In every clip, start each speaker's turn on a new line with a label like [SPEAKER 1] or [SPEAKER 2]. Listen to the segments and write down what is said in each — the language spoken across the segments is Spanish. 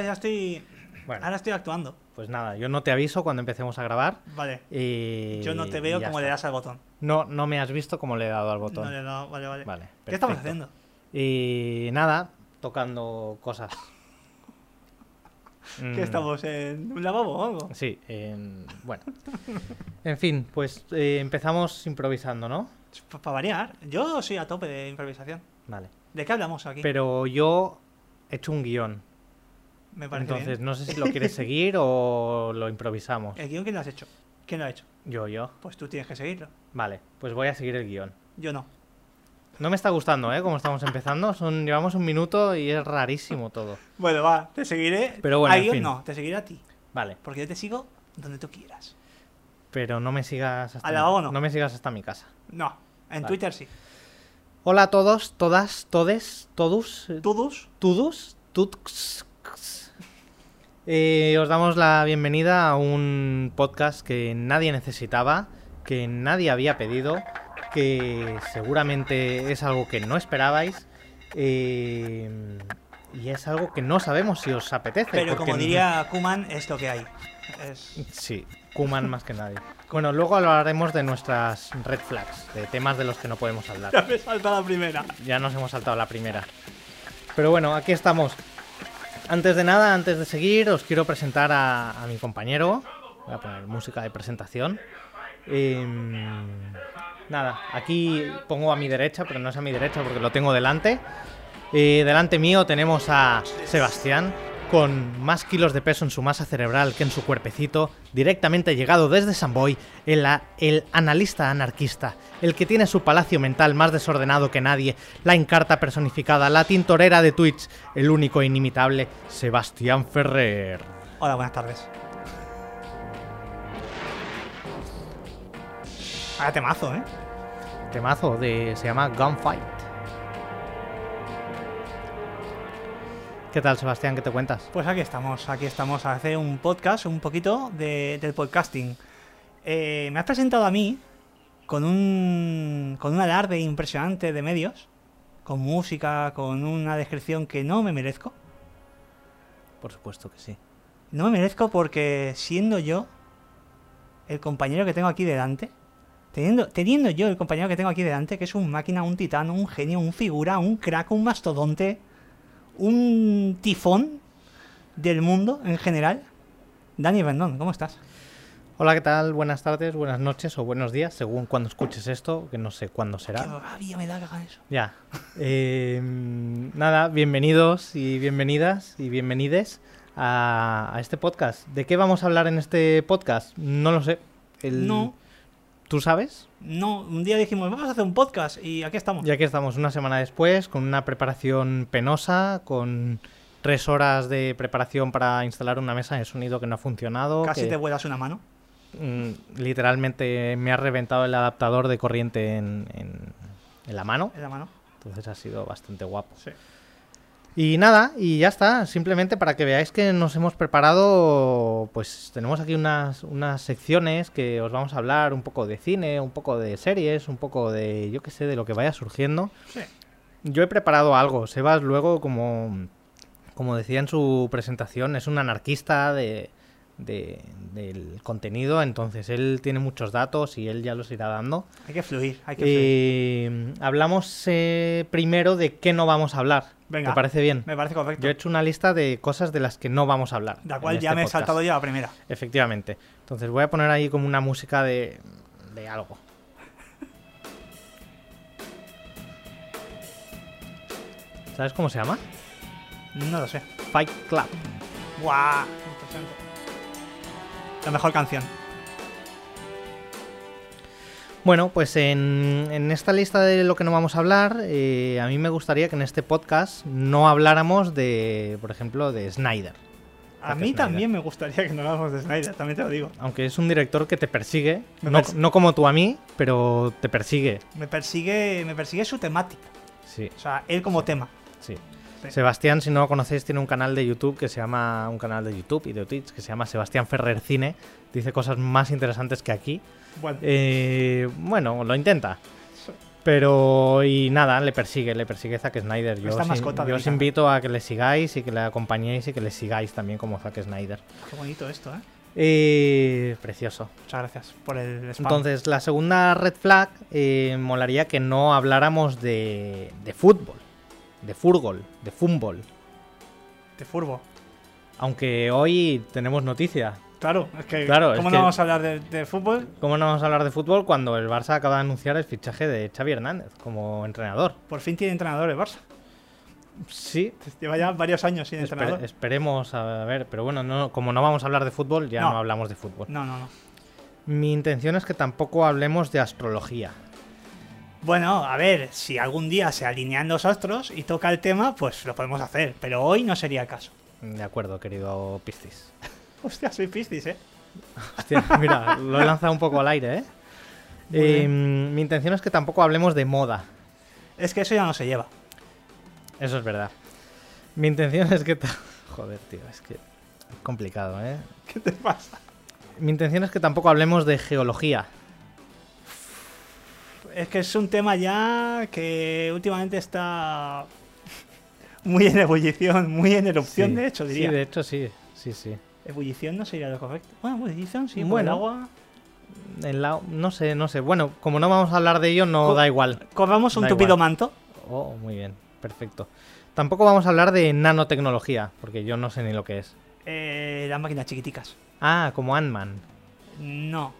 [SPEAKER 1] ya estoy.
[SPEAKER 2] Bueno.
[SPEAKER 1] Ahora estoy actuando.
[SPEAKER 2] Pues nada, yo no te aviso cuando empecemos a grabar.
[SPEAKER 1] Vale.
[SPEAKER 2] Y
[SPEAKER 1] Yo no te veo
[SPEAKER 2] Eh, ya
[SPEAKER 1] como le
[SPEAKER 2] está.
[SPEAKER 1] das al botón.
[SPEAKER 2] No, no me has visto como le he dado al botón.
[SPEAKER 1] No, no, no, vale, vale.
[SPEAKER 2] Vale,
[SPEAKER 1] ¿Qué estamos haciendo?
[SPEAKER 2] perfecto. Y nada, tocando cosas. Mm,
[SPEAKER 1] ¿Qué estamos en un lavabo o algo? Pues,
[SPEAKER 2] Sí, en- bueno. En fin, pues eh, empezamos improvisando, ¿no?
[SPEAKER 1] Para variar, yo soy a tope de improvisación.
[SPEAKER 2] Vale.
[SPEAKER 1] ¿De qué hablamos aquí?
[SPEAKER 2] Pero yo he hecho un guión.
[SPEAKER 1] Me parece
[SPEAKER 2] Entonces,
[SPEAKER 1] bien.
[SPEAKER 2] no sé si lo quieres seguir o lo improvisamos.
[SPEAKER 1] ¿El guión quién lo has hecho? ¿Quién lo ha hecho?
[SPEAKER 2] Yo, yo.
[SPEAKER 1] Pues tú tienes que seguirlo.
[SPEAKER 2] Vale, pues voy a seguir el guión.
[SPEAKER 1] Yo no.
[SPEAKER 2] No me está gustando, ¿eh? Como estamos empezando. Son, llevamos un minuto y es rarísimo todo.
[SPEAKER 1] Bueno, va, te seguiré.
[SPEAKER 2] Pero bueno,
[SPEAKER 1] A
[SPEAKER 2] en
[SPEAKER 1] guión
[SPEAKER 2] fin.
[SPEAKER 1] no, te seguiré a ti.
[SPEAKER 2] Vale,
[SPEAKER 1] Porque yo te sigo donde tú quieras.
[SPEAKER 2] pero no me sigas hasta,
[SPEAKER 1] Al
[SPEAKER 2] mi-
[SPEAKER 1] lavabo no.
[SPEAKER 2] me sigas hasta mi casa.
[SPEAKER 1] No, en
[SPEAKER 2] Vale.
[SPEAKER 1] Twitter sí.
[SPEAKER 2] Hola a todos, todas, todes, todus, eh,
[SPEAKER 1] Tudus,
[SPEAKER 2] tudus, tutx. Eh, os damos la bienvenida a un podcast que nadie necesitaba, que nadie había pedido, que seguramente es algo que no esperabais. eh, y es algo que no sabemos si os apetece.
[SPEAKER 1] pero
[SPEAKER 2] porque
[SPEAKER 1] como
[SPEAKER 2] no-
[SPEAKER 1] diría Kuman, es lo que hay. Es...
[SPEAKER 2] Sí, Kuman más que nadie. Bueno, luego hablaremos de nuestras red flags, de temas de los que no podemos hablar.
[SPEAKER 1] Ya me salta la primera.
[SPEAKER 2] Ya nos hemos saltado la primera. Pero bueno, aquí estamos. Antes de nada, antes de seguir, os quiero presentar a, a mi compañero. Voy a poner música de presentación. Em, nada, aquí pongo a mi derecha, pero no es a mi derecha porque lo tengo delante. Eh, delante mío tenemos a Sebastián, con más kilos de peso en su masa cerebral que en su cuerpecito, directamente llegado desde Samboy, el, a- el analista anarquista, el que tiene su palacio mental más desordenado que nadie, la encarta personificada, la tintorera de Twitch, el único e inimitable Sebastián Ferrer.
[SPEAKER 1] Hola, buenas tardes. Ahora temazo, ¿eh?
[SPEAKER 2] Temazo de. se llama Gunfight. ¿Qué tal, Sebastián? ¿Qué te cuentas?
[SPEAKER 1] Pues aquí estamos, aquí estamos. Hace un podcast, un poquito de- del podcasting. Eh, me has presentado a mí con un, con un alarde impresionante de medios, con música, con una descripción que no me merezco.
[SPEAKER 2] Por supuesto que sí.
[SPEAKER 1] No me merezco porque siendo yo el compañero que tengo aquí delante, teniendo, teniendo yo el compañero que tengo aquí delante, que es un máquina, un titán, un genio, un figura, un crack, un mastodonte, un tifón del mundo en general, Dani Rendón, ¿cómo estás?
[SPEAKER 2] Hola, ¿qué tal? Buenas tardes, buenas noches o buenos días, según cuando escuches esto, que no sé cuándo
[SPEAKER 1] Qué
[SPEAKER 2] será.
[SPEAKER 1] rabia me da que hagan eso.
[SPEAKER 2] Ya. Eh, nada, bienvenidos y bienvenidas y bienvenides a, a este podcast. ¿De qué vamos a hablar en este podcast? No lo sé. El-
[SPEAKER 1] No.
[SPEAKER 2] ¿Tú sabes?
[SPEAKER 1] No, un día dijimos, vamos a hacer un podcast y aquí estamos.
[SPEAKER 2] Ya que estamos una semana después, con una preparación penosa, con tres horas de preparación para instalar una mesa de sonido que no ha funcionado.
[SPEAKER 1] Casi
[SPEAKER 2] que-
[SPEAKER 1] te vuelas una mano.
[SPEAKER 2] Mm, literalmente me ha reventado el adaptador de corriente en, en- en la mano.
[SPEAKER 1] En la mano.
[SPEAKER 2] Entonces ha sido bastante guapo.
[SPEAKER 1] Sí.
[SPEAKER 2] Y nada, y ya está. Simplemente para que veáis que nos hemos preparado, pues tenemos aquí unas, unas secciones que os vamos a hablar un poco de cine, un poco de series, un poco de, yo qué sé, de lo que vaya surgiendo.
[SPEAKER 1] Sí.
[SPEAKER 2] Yo he preparado algo. Sebas luego, como, como decía en su presentación, es un anarquista de, de- del contenido, entonces él tiene muchos datos y él ya los irá dando.
[SPEAKER 1] Hay que fluir, hay que fluir.
[SPEAKER 2] Eh, hablamos eh, primero de qué no vamos a hablar.
[SPEAKER 1] Venga.
[SPEAKER 2] ¿Te parece bien?
[SPEAKER 1] Me parece correcto.
[SPEAKER 2] Yo he hecho una lista de cosas de las que no vamos a hablar.
[SPEAKER 1] De la
[SPEAKER 2] en
[SPEAKER 1] cual ya
[SPEAKER 2] este
[SPEAKER 1] me he
[SPEAKER 2] podcast.
[SPEAKER 1] saltado ya la primera.
[SPEAKER 2] Efectivamente. Entonces voy a poner ahí como una música de, de algo. ¿Sabes cómo se llama?
[SPEAKER 1] No lo sé.
[SPEAKER 2] Fight Club.
[SPEAKER 1] ¡Guau! Impresionante. La mejor canción.
[SPEAKER 2] Bueno, pues en, en esta lista de lo que no vamos a hablar, eh, a mí me gustaría que en este podcast no habláramos de, por ejemplo, de Snyder.
[SPEAKER 1] A
[SPEAKER 2] Zack
[SPEAKER 1] mí
[SPEAKER 2] Snyder.
[SPEAKER 1] también me gustaría que no habláramos de Snyder, también te lo digo.
[SPEAKER 2] Aunque es un director que te persigue,
[SPEAKER 1] Me
[SPEAKER 2] no,
[SPEAKER 1] parece-
[SPEAKER 2] no como tú a mí, pero te persigue.
[SPEAKER 1] Me persigue, me persigue su temática.
[SPEAKER 2] Sí,
[SPEAKER 1] O sea, él como tema.
[SPEAKER 2] sí.
[SPEAKER 1] Sí.
[SPEAKER 2] Sebastián, si no lo conocéis, tiene un canal de YouTube que se llama un canal de YouTube y de Twitch que se llama Sebastián Ferrer Cine. Dice cosas más interesantes que aquí.
[SPEAKER 1] Bueno,
[SPEAKER 2] Eh, bueno, lo Eh, intenta. Pero, y nada, le persigue, le persigue Zack Snyder. Yo,
[SPEAKER 1] Esta
[SPEAKER 2] os in-
[SPEAKER 1] mascota de
[SPEAKER 2] yo
[SPEAKER 1] mi
[SPEAKER 2] os
[SPEAKER 1] casa.
[SPEAKER 2] invito a que le sigáis y que le acompañéis y que le sigáis también como Zack Snyder.
[SPEAKER 1] Qué bonito esto, ¿eh?
[SPEAKER 2] Eh, precioso.
[SPEAKER 1] Muchas gracias por el spam.
[SPEAKER 2] Entonces, la segunda red flag, eh, molaría que no habláramos de, de fútbol, de furgol, de fútbol.
[SPEAKER 1] Te furbo.
[SPEAKER 2] Aunque hoy tenemos noticia.
[SPEAKER 1] Claro, es que
[SPEAKER 2] Claro, es
[SPEAKER 1] ¿cómo
[SPEAKER 2] que-
[SPEAKER 1] no vamos a hablar de, de fútbol?
[SPEAKER 2] ¿Cómo no vamos a hablar de fútbol cuando el Barça acaba de anunciar el fichaje de Xavi Hernández como entrenador?
[SPEAKER 1] Por fin tiene entrenador el Barça.
[SPEAKER 2] Sí,
[SPEAKER 1] Lleva ya varios años sin
[SPEAKER 2] Espe-
[SPEAKER 1] entrenador.
[SPEAKER 2] esperemos a ver, pero bueno, no, como no vamos a hablar de fútbol, ya no,
[SPEAKER 1] No.
[SPEAKER 2] hablamos de fútbol.
[SPEAKER 1] No, no, no.
[SPEAKER 2] Mi intención es que tampoco hablemos de astrología.
[SPEAKER 1] Bueno, a ver, si algún día se alinean los astros y toca el tema, pues lo podemos hacer. Pero hoy no sería el caso.
[SPEAKER 2] De acuerdo, querido Piscis.
[SPEAKER 1] Hostia, soy Piscis, ¿eh?
[SPEAKER 2] Hostia, mira, lo he lanzado un poco al aire, ¿eh?
[SPEAKER 1] Muy
[SPEAKER 2] Eh,
[SPEAKER 1] bien.
[SPEAKER 2] mm, mi intención es que tampoco hablemos de moda.
[SPEAKER 1] Es que eso ya no se lleva.
[SPEAKER 2] Eso es verdad. Mi intención es que... ta- Joder, tío, es que... Es complicado, ¿eh?
[SPEAKER 1] ¿Qué te pasa?
[SPEAKER 2] Mi intención es que tampoco hablemos de geología.
[SPEAKER 1] Es que es un tema ya que últimamente está muy en ebullición, muy en erupción,
[SPEAKER 2] Sí,
[SPEAKER 1] de hecho, diría.
[SPEAKER 2] Sí, de hecho, sí. Sí, sí.
[SPEAKER 1] Ebullición no sería lo correcto. Bueno, ebullición sí, bueno.
[SPEAKER 2] Bueno.
[SPEAKER 1] agua.
[SPEAKER 2] El lao- No sé, no sé. Bueno, como no vamos a hablar de ello, no
[SPEAKER 1] Co-
[SPEAKER 2] da igual.
[SPEAKER 1] Corramos un
[SPEAKER 2] Da
[SPEAKER 1] tupido
[SPEAKER 2] igual.
[SPEAKER 1] manto.
[SPEAKER 2] Oh, muy bien. Perfecto. Tampoco vamos a hablar de nanotecnología, porque yo no sé ni lo que es.
[SPEAKER 1] Eh, las máquinas chiquiticas.
[SPEAKER 2] Ah, como Ant-Man.
[SPEAKER 1] No.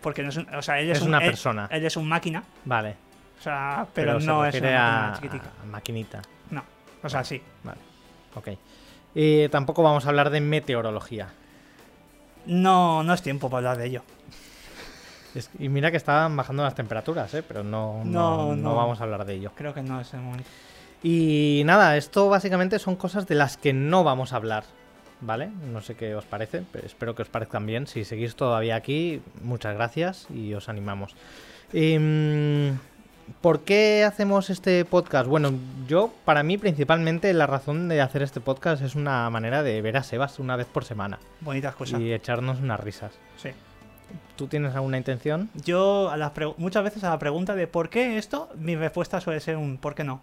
[SPEAKER 1] Porque no es un- o sea, él es,
[SPEAKER 2] Es
[SPEAKER 1] un-
[SPEAKER 2] una
[SPEAKER 1] él-
[SPEAKER 2] persona.
[SPEAKER 1] Él, es un máquina.
[SPEAKER 2] Vale.
[SPEAKER 1] O sea, pero, no
[SPEAKER 2] se
[SPEAKER 1] es
[SPEAKER 2] refiere
[SPEAKER 1] una
[SPEAKER 2] a,
[SPEAKER 1] máquina chiquitica.
[SPEAKER 2] a maquinita.
[SPEAKER 1] No. O sea, sí.
[SPEAKER 2] Vale. Ok. Eh, tampoco vamos a hablar de meteorología.
[SPEAKER 1] No, no es tiempo para hablar de ello.
[SPEAKER 2] Es- y mira que estaban bajando las temperaturas, ¿eh? pero no, no,
[SPEAKER 1] No,
[SPEAKER 2] no
[SPEAKER 1] no.
[SPEAKER 2] vamos a hablar de ello.
[SPEAKER 1] Creo que no es el momento.
[SPEAKER 2] Y nada, esto básicamente son cosas de las que no vamos a hablar, ¿vale? No sé qué os parece, pero espero que os parezcan bien. Si seguís todavía aquí, muchas gracias y os animamos. Em, ¿Por qué hacemos este podcast? Bueno, yo, para mí principalmente la razón de hacer este podcast es una manera de ver a Sebas una vez por semana
[SPEAKER 1] Bonita excusa.
[SPEAKER 2] y echarnos unas risas.
[SPEAKER 1] Sí.
[SPEAKER 2] ¿Tú tienes alguna intención?
[SPEAKER 1] Yo a las pregu- muchas veces a la pregunta de ¿por qué esto? Mi respuesta suele ser un ¿por qué no?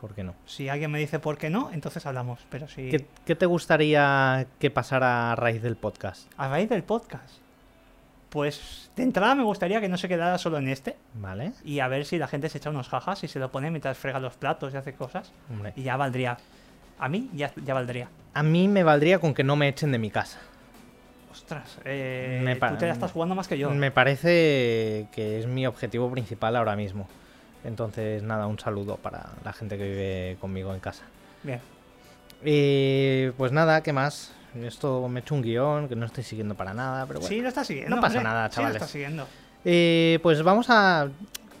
[SPEAKER 2] ¿Por qué no?
[SPEAKER 1] Si alguien me dice ¿por qué no? Entonces hablamos. Pero si...
[SPEAKER 2] ¿Qué, qué te gustaría que pasara a raíz del podcast?
[SPEAKER 1] A raíz del podcast. Pues de entrada me gustaría que no se quedara solo en este
[SPEAKER 2] ¿Vale?
[SPEAKER 1] y a ver si la gente se echa unos jajas y se lo pone mientras frega los platos y hace cosas.
[SPEAKER 2] Hombre.
[SPEAKER 1] Y ya valdría. A mí ya, ya valdría.
[SPEAKER 2] A mí me valdría con que no me echen de mi casa.
[SPEAKER 1] Ostras, eh,
[SPEAKER 2] Me pa-
[SPEAKER 1] tú te la estás jugando más que yo.
[SPEAKER 2] Me parece que es mi objetivo principal ahora mismo. Entonces, nada, un saludo para la gente que vive conmigo en casa.
[SPEAKER 1] Bien.
[SPEAKER 2] Eh, pues nada, ¿qué más? Esto me he hecho un guión que no estoy siguiendo para nada, pero bueno.
[SPEAKER 1] Sí, lo estás siguiendo.
[SPEAKER 2] No pasa
[SPEAKER 1] hombre.
[SPEAKER 2] nada,
[SPEAKER 1] Sí,
[SPEAKER 2] chavales.
[SPEAKER 1] lo estás siguiendo.
[SPEAKER 2] Eh, pues vamos a...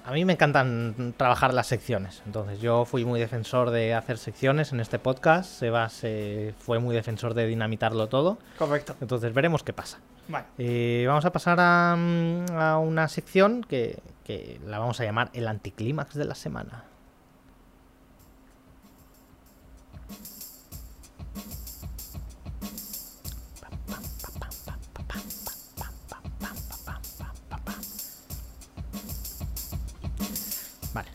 [SPEAKER 2] A mí me encantan trabajar las secciones, entonces yo fui muy defensor de hacer secciones en este podcast, Sebas eh, fue muy defensor de dinamitarlo todo,
[SPEAKER 1] Correcto.
[SPEAKER 2] entonces veremos qué pasa.
[SPEAKER 1] Bueno,
[SPEAKER 2] Eh, vamos a pasar a, mm, a una sección que, que la vamos a llamar el anticlímax de la semana. Vale.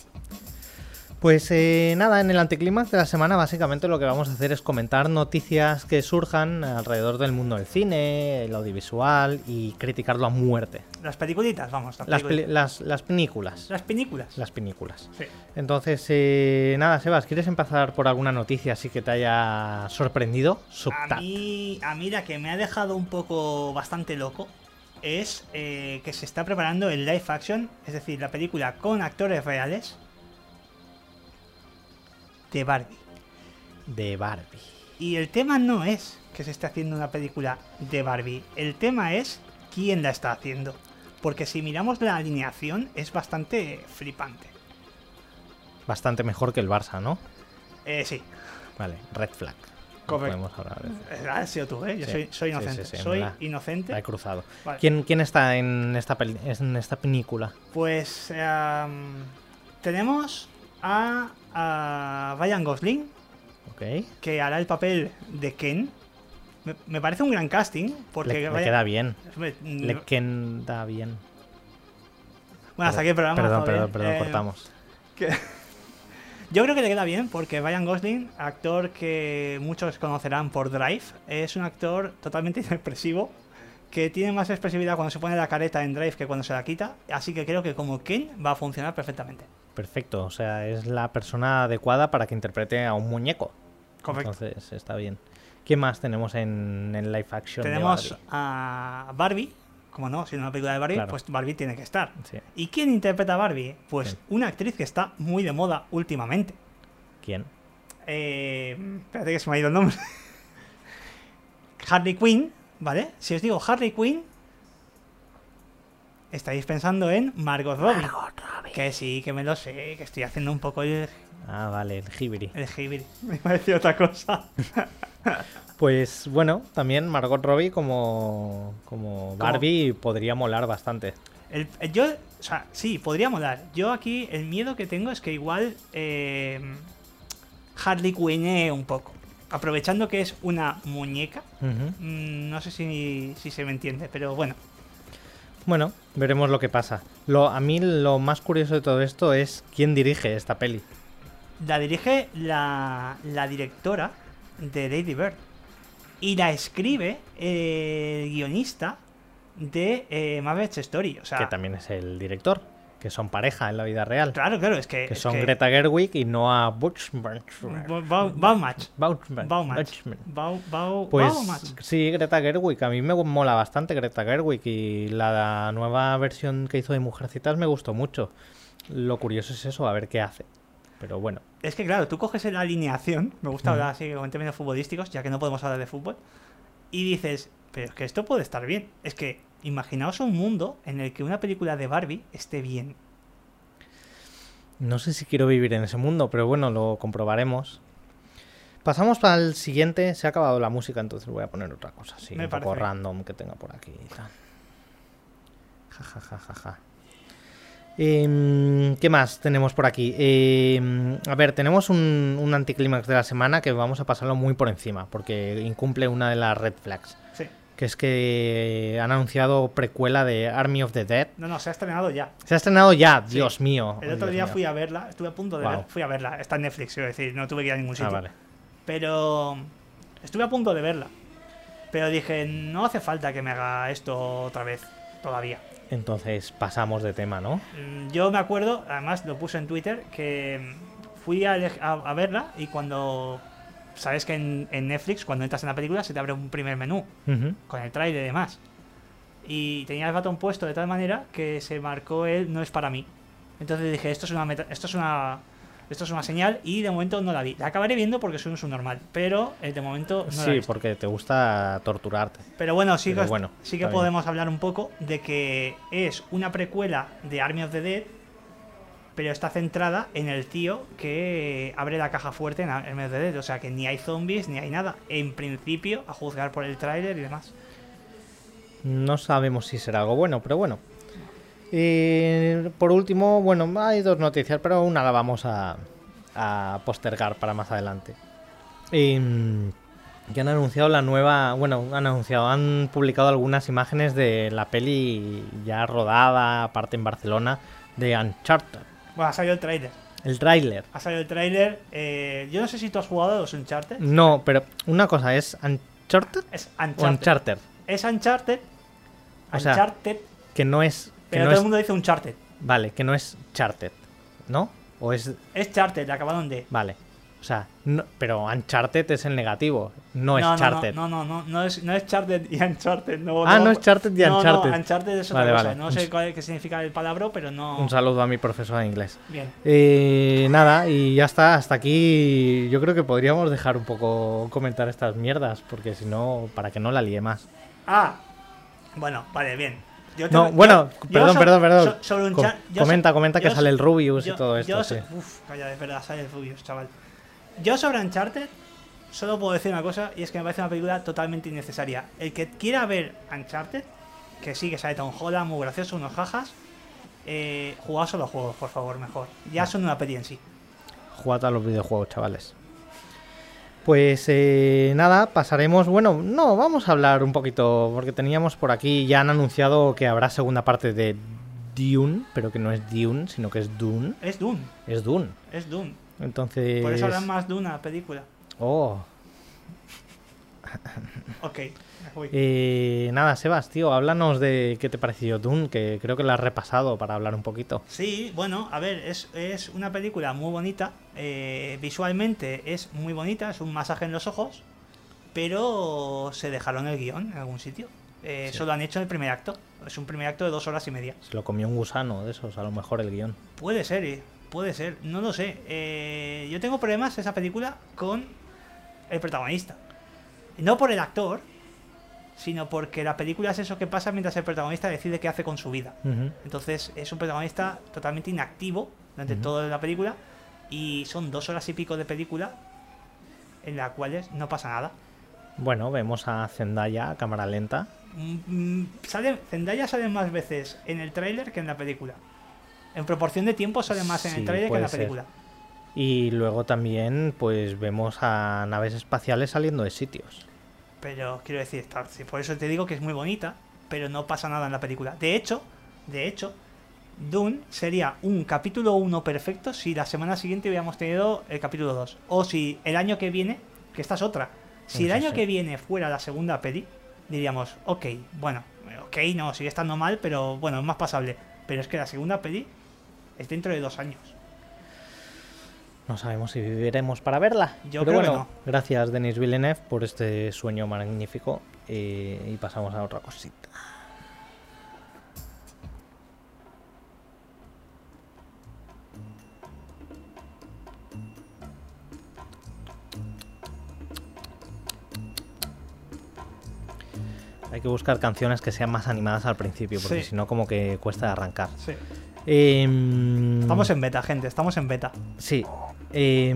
[SPEAKER 2] Pues eh, nada, en el anticlímax de la semana básicamente lo que vamos a hacer es comentar noticias que surjan alrededor del mundo del cine, el audiovisual y criticarlo a muerte.
[SPEAKER 1] las peliculitas, vamos. Las,
[SPEAKER 2] Las, peli-
[SPEAKER 1] peliculitas.
[SPEAKER 2] las, las películas.
[SPEAKER 1] Las pinículas.
[SPEAKER 2] Las películas.
[SPEAKER 1] Sí.
[SPEAKER 2] Entonces, eh, nada, Sebas, ¿quieres empezar por alguna noticia así que te haya sorprendido?
[SPEAKER 1] A
[SPEAKER 2] Subtat.
[SPEAKER 1] mí, a mí la que me ha dejado un poco bastante loco es eh, que se está preparando el live action, es decir, la película con actores reales de Barbie.
[SPEAKER 2] De Barbie.
[SPEAKER 1] Y el tema no es que se esté haciendo una película de Barbie, el tema es quién la está haciendo. Porque si miramos la alineación es bastante flipante.
[SPEAKER 2] Bastante mejor que el Barça, ¿no?
[SPEAKER 1] Eh, sí,
[SPEAKER 2] Vale, red flag. No
[SPEAKER 1] Correcto.
[SPEAKER 2] Podemos hablar de-
[SPEAKER 1] eh, has sido tú, ¿eh? Yo
[SPEAKER 2] Sí,
[SPEAKER 1] soy, soy
[SPEAKER 2] sí, sí,
[SPEAKER 1] inocente.
[SPEAKER 2] sí,
[SPEAKER 1] soy
[SPEAKER 2] me la-
[SPEAKER 1] inocente.
[SPEAKER 2] La he cruzado.
[SPEAKER 1] Vale.
[SPEAKER 2] ¿Quién, quién está en esta, peli- en esta película?
[SPEAKER 1] Pues em, tenemos a, a Ryan Gosling,
[SPEAKER 2] Ok. Le-
[SPEAKER 1] que hará el papel de Ken. Me, me parece un gran casting, porque
[SPEAKER 2] le,
[SPEAKER 1] Ryan-
[SPEAKER 2] queda bien.
[SPEAKER 1] Hombre, mm,
[SPEAKER 2] Le queda bien.
[SPEAKER 1] Bueno, hasta aquí el programa.
[SPEAKER 2] Perdón,
[SPEAKER 1] joder.
[SPEAKER 2] perdón, perdón,
[SPEAKER 1] Eh,
[SPEAKER 2] cortamos.
[SPEAKER 1] que- Yo creo que le queda bien porque Ryan Gosling, actor que muchos conocerán por Drive, es un actor totalmente inexpresivo que tiene más expresividad cuando se pone la careta en Drive que cuando se la quita. Así que creo que como Ken va a funcionar perfectamente.
[SPEAKER 2] Perfecto, o sea, es la persona adecuada para que interprete a un muñeco.
[SPEAKER 1] Correcto.
[SPEAKER 2] Entonces, está bien. ¿Qué más tenemos en, en live action? de
[SPEAKER 1] Tenemos
[SPEAKER 2] Barbie?
[SPEAKER 1] a Barbie, como no, si no es una película de Barbie,
[SPEAKER 2] Claro.
[SPEAKER 1] pues Barbie tiene que estar.
[SPEAKER 2] Sí.
[SPEAKER 1] ¿Y quién interpreta a Barbie? Pues
[SPEAKER 2] Sí.
[SPEAKER 1] una actriz que está muy de moda últimamente.
[SPEAKER 2] ¿Quién?
[SPEAKER 1] Eh, espérate que se me ha ido el nombre. Harley Quinn, ¿vale? Si os digo Harley Quinn, estáis pensando en Margot Robbie. Que sí, que me lo sé, que estoy haciendo un poco el,
[SPEAKER 2] Ah, vale, el Hibiri.
[SPEAKER 1] el hibir. Me iba a decir otra cosa.
[SPEAKER 2] Pues bueno, también Margot Robbie como, como Barbie podría molar bastante.
[SPEAKER 1] El- el- yo, o sea, sí, podría molar. Yo aquí el miedo que tengo es que igual eh, Harley Quinn un poco. Aprovechando que es una muñeca,
[SPEAKER 2] Ujú.
[SPEAKER 1] mm, no sé si, si se me entiende, pero bueno.
[SPEAKER 2] Bueno, veremos lo que pasa. Lo, a mí lo más curioso de todo esto es quién dirige esta peli.
[SPEAKER 1] La dirige la, la directora de Lady Bird. Y la escribe eh, el guionista de eh, Marriage Story. O sea,
[SPEAKER 2] que también es el director, que son pareja en la vida real,
[SPEAKER 1] claro, claro, es que. Eh,
[SPEAKER 2] que
[SPEAKER 1] es
[SPEAKER 2] son
[SPEAKER 1] que-
[SPEAKER 2] Greta Gerwig y Noah Baumbach.
[SPEAKER 1] Ba- Ba- Baumach.
[SPEAKER 2] Baumbach.
[SPEAKER 1] Baumach. Bau- Bau-
[SPEAKER 2] Pues
[SPEAKER 1] Baumach.
[SPEAKER 2] sí, Greta Gerwig, a mí me mola bastante Greta Gerwig y la nueva versión que hizo de Mujercitas me gustó mucho. Lo curioso es eso, a ver qué hace. Pero bueno,
[SPEAKER 1] Es que, claro, tú coges la alineación. Me gusta
[SPEAKER 2] Mm.
[SPEAKER 1] hablar así en términos futbolísticos, ya que no podemos hablar de fútbol. Y dices, pero es que esto puede estar bien. Es que, imaginaos un mundo en el que una película de Barbie esté bien.
[SPEAKER 2] no sé si quiero vivir en ese mundo, pero bueno, lo comprobaremos. Pasamos al siguiente, se ha acabado la música, entonces voy a poner otra cosa así,
[SPEAKER 1] Me
[SPEAKER 2] un poco
[SPEAKER 1] parece.
[SPEAKER 2] random que tenga por aquí y tal. Ja, ja, ja, ja, ja. Em, ¿Qué más tenemos por aquí? Em, a ver, tenemos un, un anticlímax de la semana que vamos a pasarlo muy por encima, porque incumple una de las red flags,
[SPEAKER 1] Sí.
[SPEAKER 2] que es que han anunciado precuela de Army of the Dead.
[SPEAKER 1] No, no, se ha estrenado ya.
[SPEAKER 2] Se ha estrenado ya, Dios mío.
[SPEAKER 1] El otro
[SPEAKER 2] Dios
[SPEAKER 1] día
[SPEAKER 2] mío.
[SPEAKER 1] fui a verla, estuve a punto de
[SPEAKER 2] Guau.
[SPEAKER 1] ver, fui a verla, está en Netflix, quiero decir, no tuve que ir a ningún sitio.
[SPEAKER 2] Ah, vale.
[SPEAKER 1] Pero estuve a punto de verla. Pero dije, no hace falta que me haga esto otra vez, todavía.
[SPEAKER 2] Entonces pasamos de tema, ¿no?
[SPEAKER 1] Mm, Yo me acuerdo, además lo puse en Twitter, que mm, fui a, ele- a- a verla y cuando... Sabes que en, en Netflix, cuando entras en la película, se te abre un primer menú
[SPEAKER 2] Ujú.
[SPEAKER 1] con el trailer y demás. Y tenía el ratón puesto de tal manera que se marcó el no es para mí. Entonces dije, esto es una meta- esto es una esto es una señal y de momento no la vi. La acabaré viendo porque soy un subnormal, pero eh, de momento no la he
[SPEAKER 2] sí,
[SPEAKER 1] visto.
[SPEAKER 2] porque te gusta torturarte.
[SPEAKER 1] Pero bueno, sí,
[SPEAKER 2] Pero
[SPEAKER 1] que,
[SPEAKER 2] bueno,
[SPEAKER 1] sí que
[SPEAKER 2] está bien.
[SPEAKER 1] podemos hablar un poco de que es una precuela de Army of the Dead, pero está centrada en el tío que abre la caja fuerte en Army of the Dead. O sea que ni hay zombies, ni hay nada. En principio, a juzgar por el tráiler y demás.
[SPEAKER 2] No sabemos si será algo bueno, pero bueno. Eh, por último, bueno, hay dos noticias, pero una la vamos a, a postergar para más adelante. Em, que han anunciado la nueva, bueno, han anunciado, han publicado algunas imágenes de la peli ya rodada, aparte en Barcelona, de Uncharted.
[SPEAKER 1] Bueno, ha salido el tráiler.
[SPEAKER 2] El tráiler.
[SPEAKER 1] Ha salido el tráiler. eh, yo no sé si tú has jugado a los Uncharted.
[SPEAKER 2] No, pero una cosa es Uncharted
[SPEAKER 1] Es
[SPEAKER 2] o
[SPEAKER 1] Uncharted.
[SPEAKER 2] Uncharted,
[SPEAKER 1] Es Uncharted.
[SPEAKER 2] O sea,
[SPEAKER 1] Uncharted.
[SPEAKER 2] que no es, que
[SPEAKER 1] Pero
[SPEAKER 2] no
[SPEAKER 1] todo
[SPEAKER 2] es
[SPEAKER 1] el mundo dice Uncharted.
[SPEAKER 2] Vale, que no es Charted, ¿no? O es.
[SPEAKER 1] Es Charted, acabado en D.
[SPEAKER 2] Vale. O sea, no- pero Uncharted es el negativo, no,
[SPEAKER 1] no,
[SPEAKER 2] es Charted.
[SPEAKER 1] No, no, no, no, no es, no es Charted y Uncharted. No,
[SPEAKER 2] Ah, no es Charted y
[SPEAKER 1] No,
[SPEAKER 2] Uncharted.
[SPEAKER 1] No, Uncharted es otra
[SPEAKER 2] Vale,
[SPEAKER 1] cosa.
[SPEAKER 2] vale.
[SPEAKER 1] No sé cuál, qué significa el palabra, pero no.
[SPEAKER 2] Un saludo a mi profesor de inglés.
[SPEAKER 1] Bien.
[SPEAKER 2] Eh, nada, y ya está, hasta aquí yo creo que podríamos dejar un poco comentar estas mierdas, porque si no, para que no la líe más.
[SPEAKER 1] Ah, bueno, vale, bien. Yo te-
[SPEAKER 2] No,
[SPEAKER 1] yo-
[SPEAKER 2] bueno,
[SPEAKER 1] yo
[SPEAKER 2] perdón,
[SPEAKER 1] so-
[SPEAKER 2] perdón, perdón.
[SPEAKER 1] so- sobre
[SPEAKER 2] Com-
[SPEAKER 1] Unchar- yo
[SPEAKER 2] comenta,
[SPEAKER 1] so-
[SPEAKER 2] comenta que
[SPEAKER 1] yo
[SPEAKER 2] sale
[SPEAKER 1] so-
[SPEAKER 2] el Rubius y
[SPEAKER 1] yo-
[SPEAKER 2] todo
[SPEAKER 1] yo
[SPEAKER 2] esto.
[SPEAKER 1] so-
[SPEAKER 2] sí.
[SPEAKER 1] Uf, calla, es verdad, sale el Rubius, chaval. Yo sobre Uncharted solo puedo decir una cosa y es que me parece una película totalmente innecesaria. El que quiera ver Uncharted, que sí, que sale Tom Holland, muy gracioso, unos jajas, eh, jugad solo juegos, por favor, mejor. Ya son una peli en sí.
[SPEAKER 2] Jugad a los videojuegos, chavales. Pues eh, nada, pasaremos. Bueno, no, vamos a hablar un poquito, porque teníamos por aquí, ya han anunciado que habrá segunda parte de Dune, pero que no es Dune, sino que es Dune.
[SPEAKER 1] Es Dune,
[SPEAKER 2] Es Dune.
[SPEAKER 1] es Dune.
[SPEAKER 2] Entonces.
[SPEAKER 1] Por eso hablan más de una película.
[SPEAKER 2] Oh.
[SPEAKER 1] Ok. uy.
[SPEAKER 2] Eh, nada, Sebas, tío, háblanos de qué te pareció Dune, que creo que la has repasado para hablar un poquito.
[SPEAKER 1] Sí, bueno, a ver, es, es una película muy bonita. eh, visualmente es muy bonita, es un masaje en los ojos, pero se dejaron el guión en algún sitio. Eh,
[SPEAKER 2] Sí.
[SPEAKER 1] Eso lo han hecho en el primer acto. Es un primer acto de dos horas y media.
[SPEAKER 2] Se lo comió un gusano de esos, a lo mejor el guión.
[SPEAKER 1] Puede ser, eh, puede ser, no lo sé. Eh, yo tengo problemas esa película con el protagonista. No por el actor, sino porque la película es eso que pasa mientras el protagonista decide qué hace con su vida.
[SPEAKER 2] Ujú.
[SPEAKER 1] Entonces es un protagonista totalmente inactivo durante
[SPEAKER 2] Ujú.
[SPEAKER 1] toda la película y son dos horas y pico de película en las cuales no pasa nada.
[SPEAKER 2] Bueno, vemos a Zendaya a cámara lenta.
[SPEAKER 1] Mm, mm, Sale, Zendaya sale más veces en el tráiler que en la película. En proporción de tiempo sale más en
[SPEAKER 2] Sí,
[SPEAKER 1] el tráiler que en
[SPEAKER 2] puede
[SPEAKER 1] la
[SPEAKER 2] ser.
[SPEAKER 1] película.
[SPEAKER 2] Y luego también, pues vemos a naves espaciales saliendo de sitios.
[SPEAKER 1] Pero quiero decir, está- sí, por eso te digo que es muy bonita, pero no pasa nada en la película. De hecho, de hecho, Dune sería un capítulo 1 perfecto si la semana siguiente hubiéramos tenido el capítulo 2. O si el año que viene, que esta es otra, si el
[SPEAKER 2] Eso
[SPEAKER 1] año
[SPEAKER 2] sí.
[SPEAKER 1] que viene fuera la segunda peli, diríamos, ok, bueno, ok, no, sigue estando mal, pero bueno, es más pasable. Pero es que la segunda peli es dentro de dos años.
[SPEAKER 2] No sabemos si viviremos para verla.
[SPEAKER 1] Yo
[SPEAKER 2] Pero
[SPEAKER 1] creo que
[SPEAKER 2] bueno,
[SPEAKER 1] no.
[SPEAKER 2] gracias Denis Villeneuve por este sueño magnífico. eh, y pasamos a otra cosita. Hay que buscar canciones que sean más animadas al principio, porque
[SPEAKER 1] Sí.
[SPEAKER 2] si no, como que cuesta arrancar.
[SPEAKER 1] Sí.
[SPEAKER 2] Em,
[SPEAKER 1] Estamos en beta, gente, estamos en beta.
[SPEAKER 2] Sí. Eh,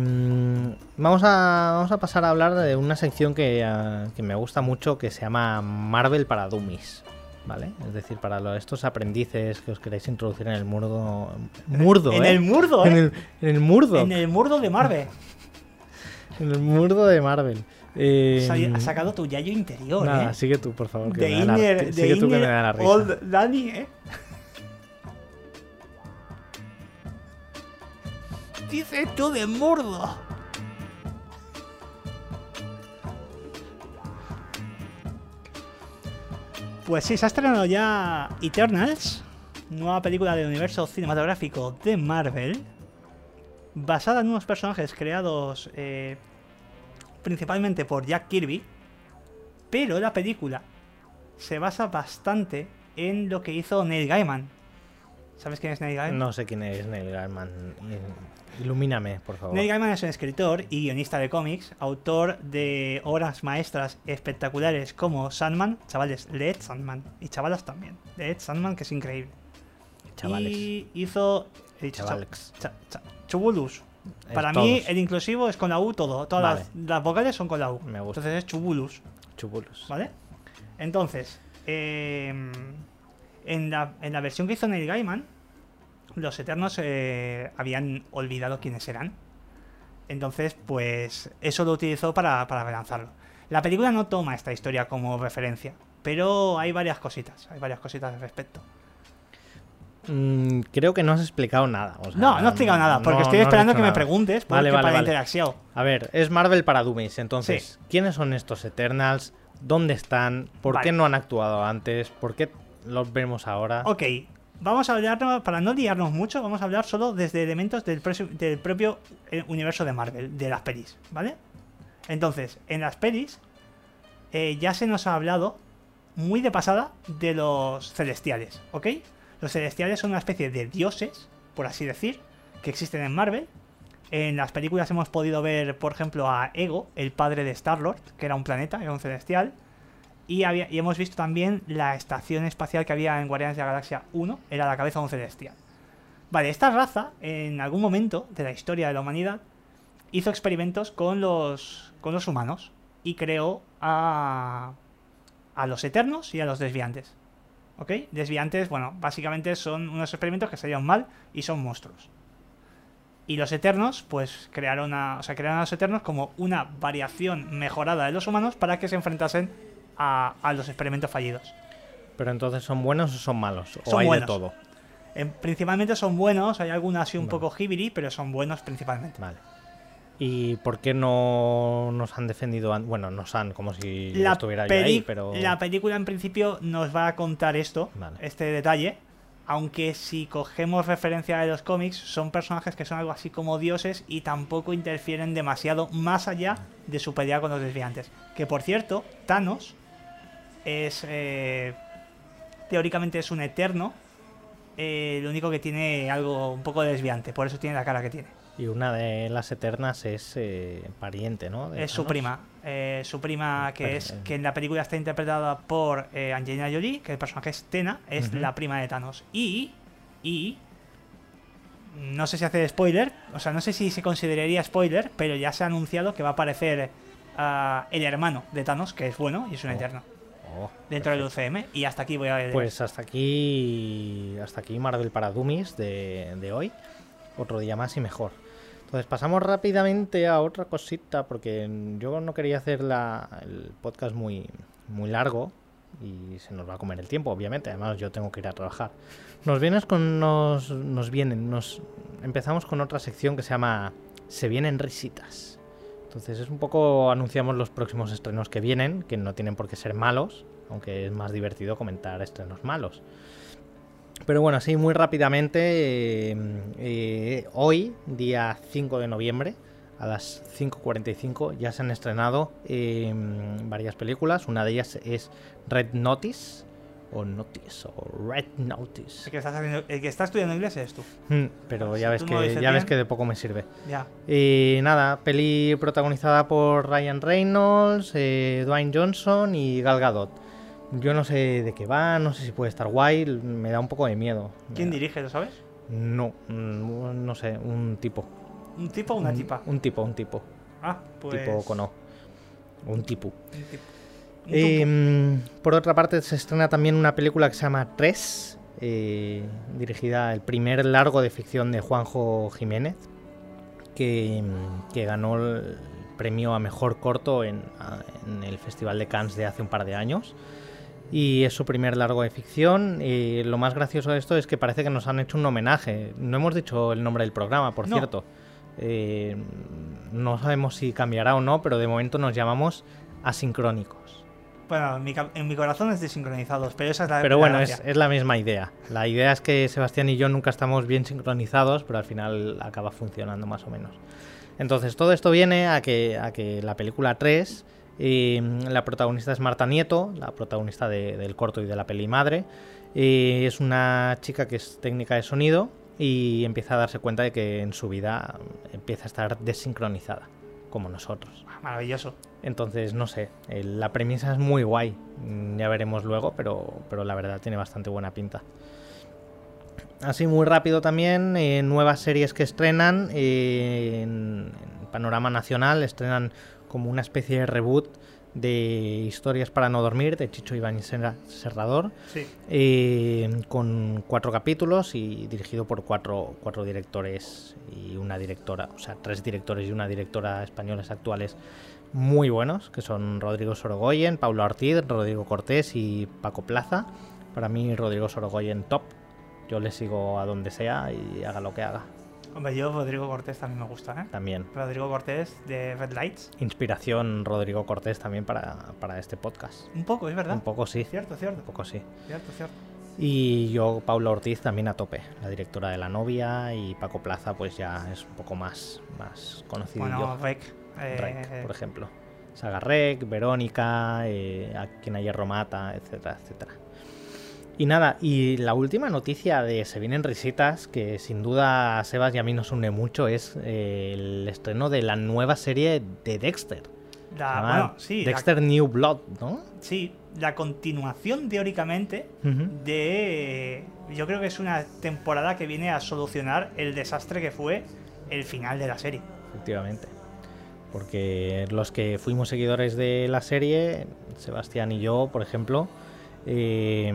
[SPEAKER 2] vamos, a, vamos a pasar a hablar de una sección que, ah, que me gusta mucho que se llama Marvel para Dummies. ¿Vale? Es decir, para lo- estos aprendices que os queréis introducir en el murdo. Murdo,
[SPEAKER 1] en
[SPEAKER 2] ¿eh?
[SPEAKER 1] el murdo,
[SPEAKER 2] En
[SPEAKER 1] ¿eh?
[SPEAKER 2] el, en el murdo.
[SPEAKER 1] En el murdo de Marvel.
[SPEAKER 2] en el murdo de Marvel. Eh,
[SPEAKER 1] Sa- Has sacado tu yayo interior,
[SPEAKER 2] nada,
[SPEAKER 1] ¿eh?
[SPEAKER 2] sigue tú, por favor. Que
[SPEAKER 1] The
[SPEAKER 2] me da la-
[SPEAKER 1] Inner, The
[SPEAKER 2] sigue tú que me da la
[SPEAKER 1] Inner
[SPEAKER 2] risa.
[SPEAKER 1] Old Danny, ¿eh? Dice tú de murdo. Pues sí, se ha estrenado ya Eternals, nueva película del universo cinematográfico de Marvel, basada en unos personajes creados eh, principalmente por Jack Kirby, pero la película se basa bastante en lo que hizo Neil Gaiman. ¿Sabes quién es Neil Gaiman?
[SPEAKER 2] No sé quién es Neil Gaiman. Il- Ilumíname, por favor.
[SPEAKER 1] Neil Gaiman es un escritor y guionista de cómics, autor de obras maestras espectaculares como Sandman. Chavales, leed Sandman. Y chavalas también. Leed Sandman, que es increíble.
[SPEAKER 2] Chavales.
[SPEAKER 1] Y hizo... he dicho
[SPEAKER 2] Chavales.
[SPEAKER 1] cha- cha- chubulus.
[SPEAKER 2] Es
[SPEAKER 1] Para mí,
[SPEAKER 2] todos.
[SPEAKER 1] el inclusivo es con la U todo. Todas las, las vocales son con la U.
[SPEAKER 2] Me gusta.
[SPEAKER 1] Entonces es Chubulus.
[SPEAKER 2] Chubulos.
[SPEAKER 1] ¿Vale? Entonces, eh, en, la, en la versión que hizo Neil Gaiman, los Eternos eh, habían olvidado quiénes eran. Entonces, pues eso lo utilizó para, para relanzarlo. La película no toma esta historia como referencia, pero hay varias cositas, hay varias cositas al respecto.
[SPEAKER 2] Mm, creo que no has explicado nada. o sea,
[SPEAKER 1] no, no he explicado nada, porque
[SPEAKER 2] no-
[SPEAKER 1] estoy
[SPEAKER 2] no has
[SPEAKER 1] esperando
[SPEAKER 2] dicho
[SPEAKER 1] que me
[SPEAKER 2] nada.
[SPEAKER 1] preguntes, porque
[SPEAKER 2] Vale, vale,
[SPEAKER 1] para
[SPEAKER 2] vale.
[SPEAKER 1] interacción.
[SPEAKER 2] A ver, es Marvel para Dummies. Entonces, ¿quiénes son estos Eternals? ¿Dónde están? ¿Por
[SPEAKER 1] Vale.
[SPEAKER 2] qué no han actuado antes? ¿Por qué los vemos ahora?
[SPEAKER 1] Ok, vamos a hablar, para no liarnos mucho, vamos a hablar solo desde elementos del, presu- del propio eh, universo de Marvel, de las pelis, ¿vale? Entonces, en las pelis eh, ya se nos ha hablado muy de pasada de los celestiales, ¿ok? Los celestiales son una especie de dioses, por así decir, que existen en Marvel. En las películas hemos podido ver, por ejemplo, a Ego, el padre de Star-Lord, que era un planeta, era un celestial. Y, había- y hemos visto también la estación espacial que había en Guardianes de la Galaxia 1, era la cabeza de un celestial. Vale, esta raza, en algún momento de la historia de la humanidad, hizo experimentos con los, con los humanos y creó a, a los eternos y a los desviantes. ¿Ok? Desviantes, bueno, básicamente son unos experimentos que salieron mal y son monstruos. Y los eternos, pues crearon a, o sea, crearon a los eternos como una variación mejorada de los humanos para que se enfrentasen a, a los experimentos fallidos.
[SPEAKER 2] Pero entonces, ¿son buenos o son malos? ¿O
[SPEAKER 1] Son
[SPEAKER 2] hay
[SPEAKER 1] buenos.
[SPEAKER 2] de todo?
[SPEAKER 1] Eh, principalmente son buenos, hay algunos así un poco jibiri, pero son buenos principalmente.
[SPEAKER 2] Vale. ¿Y por qué no nos han defendido? an- Bueno, nos han, como si yo
[SPEAKER 1] La,
[SPEAKER 2] estuviera yo
[SPEAKER 1] peli-
[SPEAKER 2] ahí, pero.
[SPEAKER 1] la película en principio nos va a contar esto,
[SPEAKER 2] Vale.
[SPEAKER 1] este detalle. Aunque si cogemos referencia de los cómics, son personajes que son algo así como dioses y tampoco interfieren demasiado más allá de su pelea con los desviantes. Que por cierto, Thanos es. eh, teóricamente es un eterno. eh, lo único que tiene algo un poco desviante, por eso tiene la cara que tiene.
[SPEAKER 2] Y una de las eternas es eh, pariente, ¿no? de
[SPEAKER 1] Es su
[SPEAKER 2] Thanos.
[SPEAKER 1] prima. eh, su prima, que
[SPEAKER 2] Pero,
[SPEAKER 1] es
[SPEAKER 2] eh.
[SPEAKER 1] que en la película está interpretada por eh, Angelina Jolie, que el personaje es Tena, es
[SPEAKER 2] Ujú.
[SPEAKER 1] la prima de Thanos. Y. Y. No sé si hace spoiler, o sea, no sé si se consideraría spoiler, pero ya se ha anunciado que va a aparecer ah, el hermano de Thanos, que es bueno y es un
[SPEAKER 2] Oh,
[SPEAKER 1] eterno,
[SPEAKER 2] Oh,
[SPEAKER 1] dentro del UCM. Y hasta aquí voy a ver.
[SPEAKER 2] Pues hasta aquí, hasta aquí Marvel para Dummies de, de hoy. Otro día más y mejor. Entonces pasamos rápidamente a otra cosita porque yo no quería hacer la- el podcast muy, muy largo y se nos va a comer el tiempo, obviamente. Además yo tengo que ir a trabajar. Nos vienes con nos, nos vienen, nos empezamos con otra sección que se llama se vienen risitas. Entonces es un poco anunciamos los próximos estrenos que vienen, que no tienen por qué ser malos, aunque es más divertido comentar estrenos malos. Pero bueno, así muy rápidamente, eh, eh, hoy, día 5 de noviembre, a las 5.45 ya se han estrenado eh, varias películas. Una de ellas es Red Notice, o Notice, o Red Notice.
[SPEAKER 1] El que, estás haciendo- el que está estudiando inglés es tú.
[SPEAKER 2] Mm, Pero
[SPEAKER 1] Si
[SPEAKER 2] ya ves
[SPEAKER 1] tú no lo
[SPEAKER 2] que,
[SPEAKER 1] dices
[SPEAKER 2] ya ves
[SPEAKER 1] bien.
[SPEAKER 2] que de poco me sirve.
[SPEAKER 1] Ya.
[SPEAKER 2] Y nada, peli protagonizada por Ryan Reynolds, eh, Dwayne Johnson y Gal Gadot. Yo no sé de qué va, no sé si puede estar guay, l- me da un poco de miedo.
[SPEAKER 1] ¿Quién
[SPEAKER 2] Me da-
[SPEAKER 1] dirige, lo sabes?
[SPEAKER 2] No, mm, no sé, un tipo.
[SPEAKER 1] ¿Un tipo o una
[SPEAKER 2] Un-
[SPEAKER 1] tipa?
[SPEAKER 2] Un tipo, un tipo.
[SPEAKER 1] Ah, pues.
[SPEAKER 2] Mm. Tipo con O. Un tipo.
[SPEAKER 1] un tipo. Un
[SPEAKER 2] Eh, mm, por otra parte, se estrena también una película que se llama Tres, eh, dirigida el primer largo de ficción de Juanjo Jiménez, que, mm, que ganó el premio a mejor corto en, a- en el Festival de Cannes de hace un par de años. Y es su primer largo de ficción. Eh, lo más gracioso de esto es que parece que nos han hecho un homenaje. No hemos dicho el nombre del programa, por
[SPEAKER 1] No.
[SPEAKER 2] cierto. Eh, no sabemos si cambiará o no, pero de momento nos llamamos asincrónicos.
[SPEAKER 1] Bueno, en mi, ca- en mi corazón es de sincronizados, pero esa es la.
[SPEAKER 2] Pero
[SPEAKER 1] la
[SPEAKER 2] bueno,
[SPEAKER 1] gracia.
[SPEAKER 2] es, es la misma idea. La idea es que Sebastián y yo nunca estamos bien sincronizados, pero al final acaba funcionando más o menos. Entonces, todo esto viene a que, a que la película 3, eh, la protagonista es Marta Nieto, la protagonista de- del corto y de la peli Madre. eh, es una chica que es técnica de sonido y empieza a darse cuenta de que en su vida mm, empieza a estar desincronizada, como nosotros.
[SPEAKER 1] Maravilloso.
[SPEAKER 2] Entonces, no sé, eh, la premisa es muy guay. Mm, Ya veremos luego, pero, pero la verdad tiene bastante buena pinta. Así muy rápido también, eh, nuevas series que estrenan eh, en, en Panorama Nacional, estrenan como una especie de reboot de Historias para no dormir de Chicho Ibáñez Serra- Serrador
[SPEAKER 1] Sí.
[SPEAKER 2] eh, con cuatro capítulos y dirigido por cuatro, cuatro directores y una directora, o sea, tres directores y una directora españoles actuales muy buenos, que son Rodrigo Sorogoyen, Pablo Ortiz, Rodrigo Cortés y Paco Plaza. Para mí, Rodrigo Sorogoyen top. Yo le sigo a donde sea y haga lo que haga.
[SPEAKER 1] Hombre, yo Rodrigo Cortés también me gusta, ¿eh?
[SPEAKER 2] También.
[SPEAKER 1] Rodrigo Cortés de Red Lights.
[SPEAKER 2] Inspiración Rodrigo Cortés también para, para este podcast.
[SPEAKER 1] Un poco, es verdad.
[SPEAKER 2] Un poco sí,
[SPEAKER 1] Cierto,
[SPEAKER 2] un
[SPEAKER 1] cierto.
[SPEAKER 2] poco sí.
[SPEAKER 1] Cierto, cierto.
[SPEAKER 2] Y yo, Paula Ortiz, también a tope, la directora de La Novia, y Paco Plaza, pues ya es un poco más, más conocido.
[SPEAKER 1] bueno, Rec. eh,
[SPEAKER 2] por ejemplo. Saga Rec, Verónica, eh, a quien ayer Romata, etcétera, etcétera. Y nada, y la última noticia de Se vienen risitas, que sin duda a Sebas y a mí nos une mucho, es eh, el estreno de la nueva serie de Dexter.
[SPEAKER 1] la-
[SPEAKER 2] Se llama
[SPEAKER 1] Ah, bueno, sí. la-
[SPEAKER 2] Dexter New Blood, ¿no?
[SPEAKER 1] sí, la continuación teóricamente
[SPEAKER 2] Ujú.
[SPEAKER 1] de. Yo creo que es una temporada que viene a solucionar el desastre que fue el final de la serie.
[SPEAKER 2] Efectivamente. Porque los que fuimos seguidores de la serie, Sebastián y yo, por ejemplo, eh,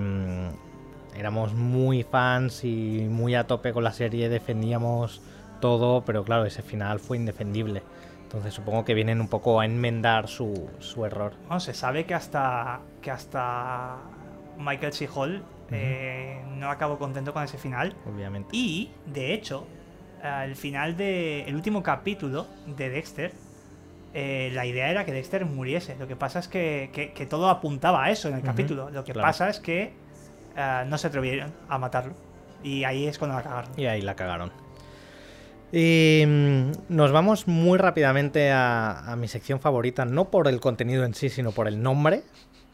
[SPEAKER 2] éramos muy fans y muy a tope con la serie, defendíamos todo, pero claro, ese final fue indefendible. Entonces supongo que vienen un poco a enmendar su, su error.
[SPEAKER 1] Bueno, se sabe que hasta que hasta Michael C. Hall Eh, no acabo contento con ese final.
[SPEAKER 2] obviamente.
[SPEAKER 1] Y, de hecho, al final del último capítulo de Dexter, eh, la idea era que Dexter muriese. Lo que pasa es que, que- que todo apuntaba a eso en el
[SPEAKER 2] Ujú,
[SPEAKER 1] capítulo. Lo que
[SPEAKER 2] claro.
[SPEAKER 1] pasa es que ah, no se atrevieron a matarlo. Y ahí es cuando la cagaron.
[SPEAKER 2] Y ahí la cagaron. Y mm, nos vamos muy rápidamente a, a mi sección favorita, no por el contenido en sí, sino por el nombre.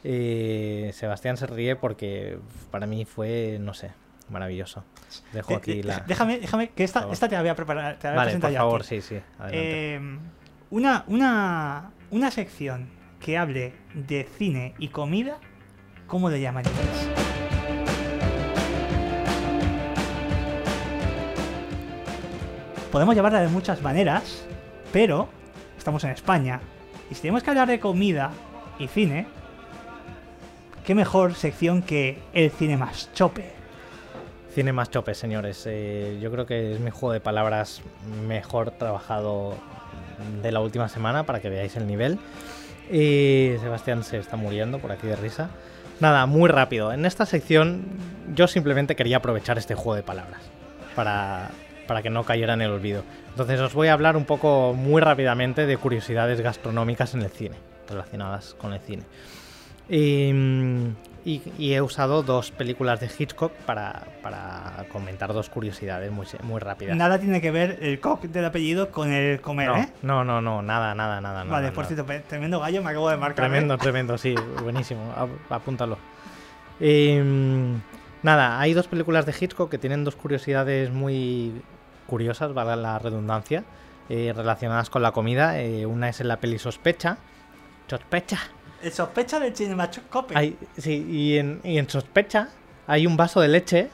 [SPEAKER 2] Eh, Sebastián se ríe porque para mí fue, no sé, maravilloso. Dejo
[SPEAKER 1] De-
[SPEAKER 2] aquí
[SPEAKER 1] de-
[SPEAKER 2] la...
[SPEAKER 1] Déjame, déjame que esta,
[SPEAKER 2] favor.
[SPEAKER 1] esta te la voy a preparar. Te la voy a
[SPEAKER 2] Vale,
[SPEAKER 1] presentar
[SPEAKER 2] por
[SPEAKER 1] yo a
[SPEAKER 2] favor,
[SPEAKER 1] ti.
[SPEAKER 2] sí, sí. Adelante.
[SPEAKER 1] Eh, una, una, una sección que hable de cine y comida, ¿cómo le llaman ellos? Podemos llamarla de muchas maneras, pero estamos en España. Y si tenemos que hablar de comida y cine, ¿qué mejor sección que el cine más chope?
[SPEAKER 2] Cine más chope, señores. Eh, yo creo que es mi juego de palabras mejor trabajado de la última semana para que veáis el nivel. Y Sebastián se está muriendo por aquí de risa. Nada, muy rápido. En esta sección yo simplemente quería aprovechar este juego de palabras para, para que no cayera en el olvido. Entonces os voy a hablar un poco muy rápidamente de curiosidades gastronómicas en el cine, relacionadas con el cine. Y, mm, y- y he usado dos películas de Hitchcock para, para comentar dos curiosidades muy, se- muy rápidas.
[SPEAKER 1] Nada tiene que ver el cock del apellido con el comer,
[SPEAKER 2] no,
[SPEAKER 1] ¿eh?
[SPEAKER 2] no, no, Ah, no, nada, nada, nada.
[SPEAKER 1] vale,
[SPEAKER 2] nada,
[SPEAKER 1] por
[SPEAKER 2] nada.
[SPEAKER 1] cierto, pe- tremendo gallo me acabo de marcar. ¿eh?
[SPEAKER 2] Tremendo, tremendo, sí, buenísimo. ap- Apúntalo. Em, nada, hay dos películas de Hitchcock que tienen dos curiosidades muy curiosas, valga la redundancia, eh, relacionadas con la comida. Eh, una es en la peli Sospecha. Sospecha.
[SPEAKER 1] El sospecha del cinemascope.
[SPEAKER 2] Hay- sí, y en, y en Sospecha hay un vaso de leche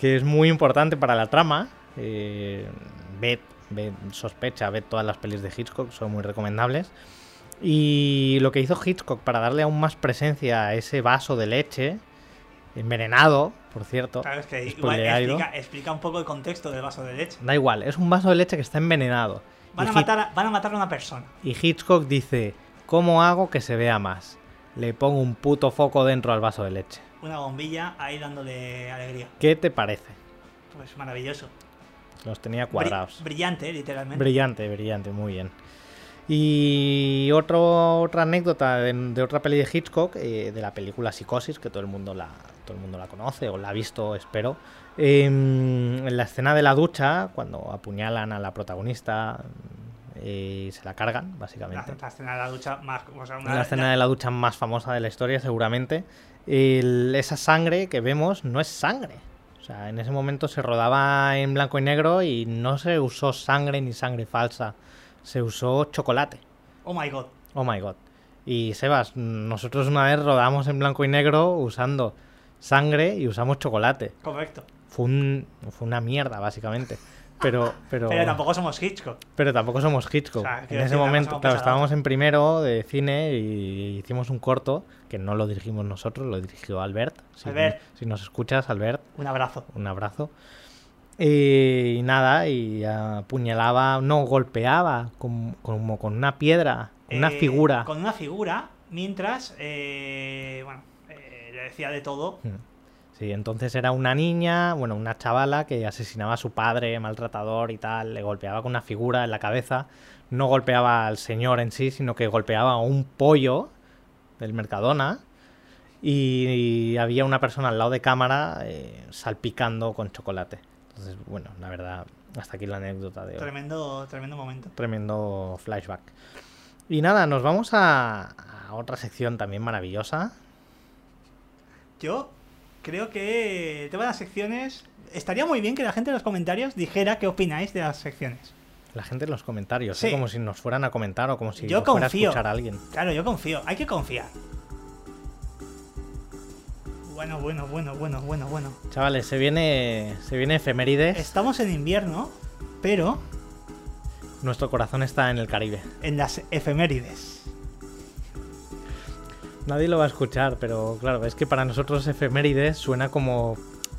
[SPEAKER 2] que es muy importante para la trama. Eh, ved, ved Sospecha, ved todas las pelis de Hitchcock, son muy recomendables. Y lo que hizo Hitchcock para darle aún más presencia a ese vaso de leche, envenenado, por cierto.
[SPEAKER 1] Claro, es que igual
[SPEAKER 2] oh, Spoiler algo.
[SPEAKER 1] explica, explica un poco el contexto del vaso de leche.
[SPEAKER 2] Da igual, es un vaso de leche que está envenenado.
[SPEAKER 1] Van
[SPEAKER 2] Y
[SPEAKER 1] a,
[SPEAKER 2] Hit-
[SPEAKER 1] matar a, van a matar a una persona.
[SPEAKER 2] Y Hitchcock dice, ¿cómo hago que se vea más? Le pongo un puto foco dentro al vaso de leche.
[SPEAKER 1] Una bombilla ahí dándole alegría.
[SPEAKER 2] ¿Qué te parece?
[SPEAKER 1] Pues maravilloso. Bri-
[SPEAKER 2] Los tenía cuadrados.
[SPEAKER 1] brillante, eh, literalmente.
[SPEAKER 2] Brillante, brillante, muy bien. Y otro, otra anécdota de, de otra peli de Hitchcock, eh, de la película Psicosis, que todo el mundo la, todo el mundo la conoce o la ha visto, espero. Em, en la escena de la ducha, cuando apuñalan a la protagonista eh, y se la cargan,
[SPEAKER 1] la,
[SPEAKER 2] básicamente.
[SPEAKER 1] la escena de la ducha más. o sea, una-
[SPEAKER 2] La escena de la ducha más famosa de la historia, seguramente. El- esa sangre que vemos no es sangre. O sea, en ese momento se rodaba en blanco y negro y no se usó sangre ni sangre falsa. Se usó chocolate.
[SPEAKER 1] Oh my god.
[SPEAKER 2] Oh my god. Y Sebas, nosotros una vez rodamos en blanco y negro usando sangre y usamos chocolate.
[SPEAKER 1] Correcto.
[SPEAKER 2] Fue, un- fue una mierda, básicamente. Pero, pero,
[SPEAKER 1] Pero tampoco somos Hitchcock.
[SPEAKER 2] pero tampoco somos Hitchcock.
[SPEAKER 1] O sea,
[SPEAKER 2] en
[SPEAKER 1] quiero
[SPEAKER 2] ese
[SPEAKER 1] decir,
[SPEAKER 2] momento,
[SPEAKER 1] tampoco
[SPEAKER 2] claro,
[SPEAKER 1] pasa
[SPEAKER 2] estábamos en primero de cine y hicimos un corto que no lo dirigimos nosotros, lo dirigió Albert. Si,
[SPEAKER 1] Albert.
[SPEAKER 2] si nos escuchas, Albert,
[SPEAKER 1] Un abrazo.
[SPEAKER 2] un abrazo. Eh, Y, nada, y apuñalaba, no, golpeaba con- como con una piedra, una
[SPEAKER 1] Eh,
[SPEAKER 2] figura.
[SPEAKER 1] Con una figura, mientras. eh, bueno, eh, le decía de todo.
[SPEAKER 2] Mm. Sí, entonces era una niña, bueno, una chavala que asesinaba a su padre, maltratador y tal, le golpeaba con una figura en la cabeza, no golpeaba al señor en sí, sino que golpeaba a un pollo del Mercadona y, había una persona al lado de cámara eh, salpicando con chocolate. Entonces, bueno, la verdad, hasta aquí la anécdota de hoy
[SPEAKER 1] Tremendo, tremendo momento.
[SPEAKER 2] tremendo flashback. Y nada, nos vamos a, a otra sección también maravillosa.
[SPEAKER 1] Yo creo que el tema de las secciones. Estaría muy bien que la gente en los comentarios dijera qué opináis de las secciones.
[SPEAKER 2] La gente en los comentarios, ¿eh?
[SPEAKER 1] Sí.
[SPEAKER 2] como si nos fueran a comentar o como si
[SPEAKER 1] Yo
[SPEAKER 2] nos fuera
[SPEAKER 1] confío.
[SPEAKER 2] a escuchar a alguien.
[SPEAKER 1] Claro, yo confío, hay que confiar. Bueno, bueno, bueno, bueno, bueno, bueno.
[SPEAKER 2] Chavales, se viene, se viene efemérides.
[SPEAKER 1] Estamos en invierno, pero
[SPEAKER 2] Nuestro corazón está en el Caribe.
[SPEAKER 1] en las efemérides.
[SPEAKER 2] Nadie lo va a escuchar, pero claro, es que para nosotros efemérides suena como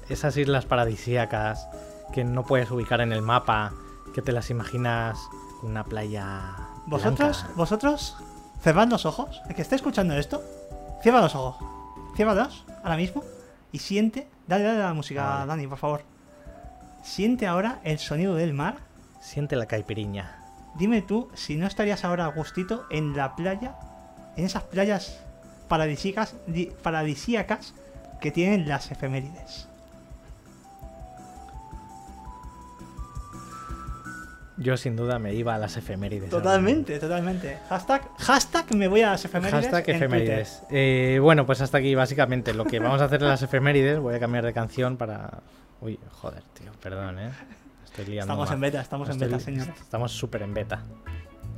[SPEAKER 2] esas islas paradisíacas que no puedes ubicar en el mapa, que te las imaginas con una playa.
[SPEAKER 1] ¿Vosotros,
[SPEAKER 2] blanca.
[SPEAKER 1] vosotros, cerrad los ojos? El que esté escuchando esto, cierra los ojos. Ciérralos ahora mismo Y siente. Dale, dale a la música,
[SPEAKER 2] Vale.
[SPEAKER 1] Dani, por favor. Siente ahora el sonido del mar.
[SPEAKER 2] Siente la caipiriña.
[SPEAKER 1] Dime tú si no estarías ahora a gustito en la playa, en esas playas paradisíacas, di- paradisíacas que tienen las efemérides.
[SPEAKER 2] Yo sin duda me iba a las efemérides.
[SPEAKER 1] Totalmente, totalmente. Hashtag, hashtag me voy a las efemérides.
[SPEAKER 2] Hashtag
[SPEAKER 1] en
[SPEAKER 2] efemérides. Eh, bueno, pues hasta aquí básicamente lo que vamos a hacer en las efemérides. Voy a cambiar de canción para... Uy, joder, tío, perdón, ¿eh? Estoy liando.
[SPEAKER 1] Estamos
[SPEAKER 2] mal.
[SPEAKER 1] en beta, estamos en
[SPEAKER 2] Estoy-
[SPEAKER 1] beta, señores.
[SPEAKER 2] Estamos súper en beta.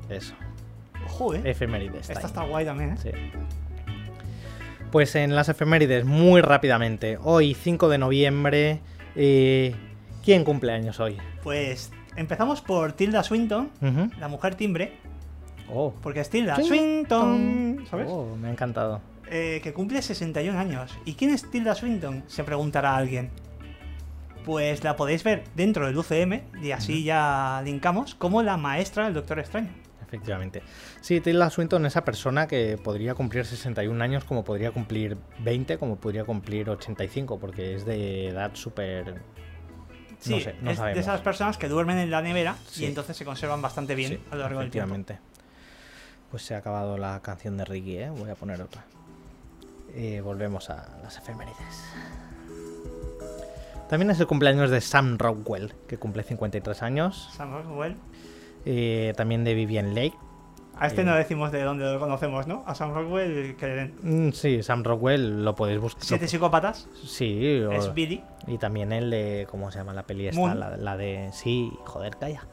[SPEAKER 2] Eso,
[SPEAKER 1] Twitter. Ojo, eh.
[SPEAKER 2] efemérides.
[SPEAKER 1] Esta
[SPEAKER 2] time.
[SPEAKER 1] está guay también, eh.
[SPEAKER 2] Sí. Pues en las efemérides, muy rápidamente. Hoy, 5 de noviembre. eh, ¿Quién cumple años hoy?
[SPEAKER 1] Pues empezamos por Tilda Swinton,
[SPEAKER 2] Ujú.
[SPEAKER 1] la mujer timbre,
[SPEAKER 2] Oh.
[SPEAKER 1] porque es Tilda Swinton, ¿sabes?
[SPEAKER 2] Oh, me ha encantado.
[SPEAKER 1] Eh, que cumple 61 años. ¿Y quién es Tilda Swinton? Se preguntará alguien. Pues la podéis ver dentro del UCM y así ya linkamos como la maestra del Doctor Extraño.
[SPEAKER 2] Efectivamente. Sí, Tilda Swinton, esa persona que podría cumplir 61 años, como podría cumplir 20, como podría cumplir 85, porque es de edad súper.
[SPEAKER 1] Sí,
[SPEAKER 2] no sé, no
[SPEAKER 1] es
[SPEAKER 2] sabemos.
[SPEAKER 1] de esas personas que duermen en la nevera
[SPEAKER 2] Sí.
[SPEAKER 1] y entonces se conservan bastante bien
[SPEAKER 2] Sí,
[SPEAKER 1] a lo largo del tiempo.
[SPEAKER 2] efectivamente. Pues se ha acabado la canción de Ricky, ¿eh? Voy a poner otra. Eh, volvemos a las efemérides. También es el cumpleaños de Sam Rockwell, que cumple 53 años.
[SPEAKER 1] Sam Rockwell.
[SPEAKER 2] Eh, también de Vivian Lake.
[SPEAKER 1] A este
[SPEAKER 2] Eh.
[SPEAKER 1] no decimos de dónde lo conocemos, ¿no? A Sam Rockwell que le den
[SPEAKER 2] Mm, sí, Sam Rockwell lo podéis buscar.
[SPEAKER 1] siete psicópatas.
[SPEAKER 2] Sí, o-
[SPEAKER 1] Es Billy.
[SPEAKER 2] y también el de. ¿Cómo se llama la peli esta?
[SPEAKER 1] Moon.
[SPEAKER 2] La, la de. Sí, joder, calla.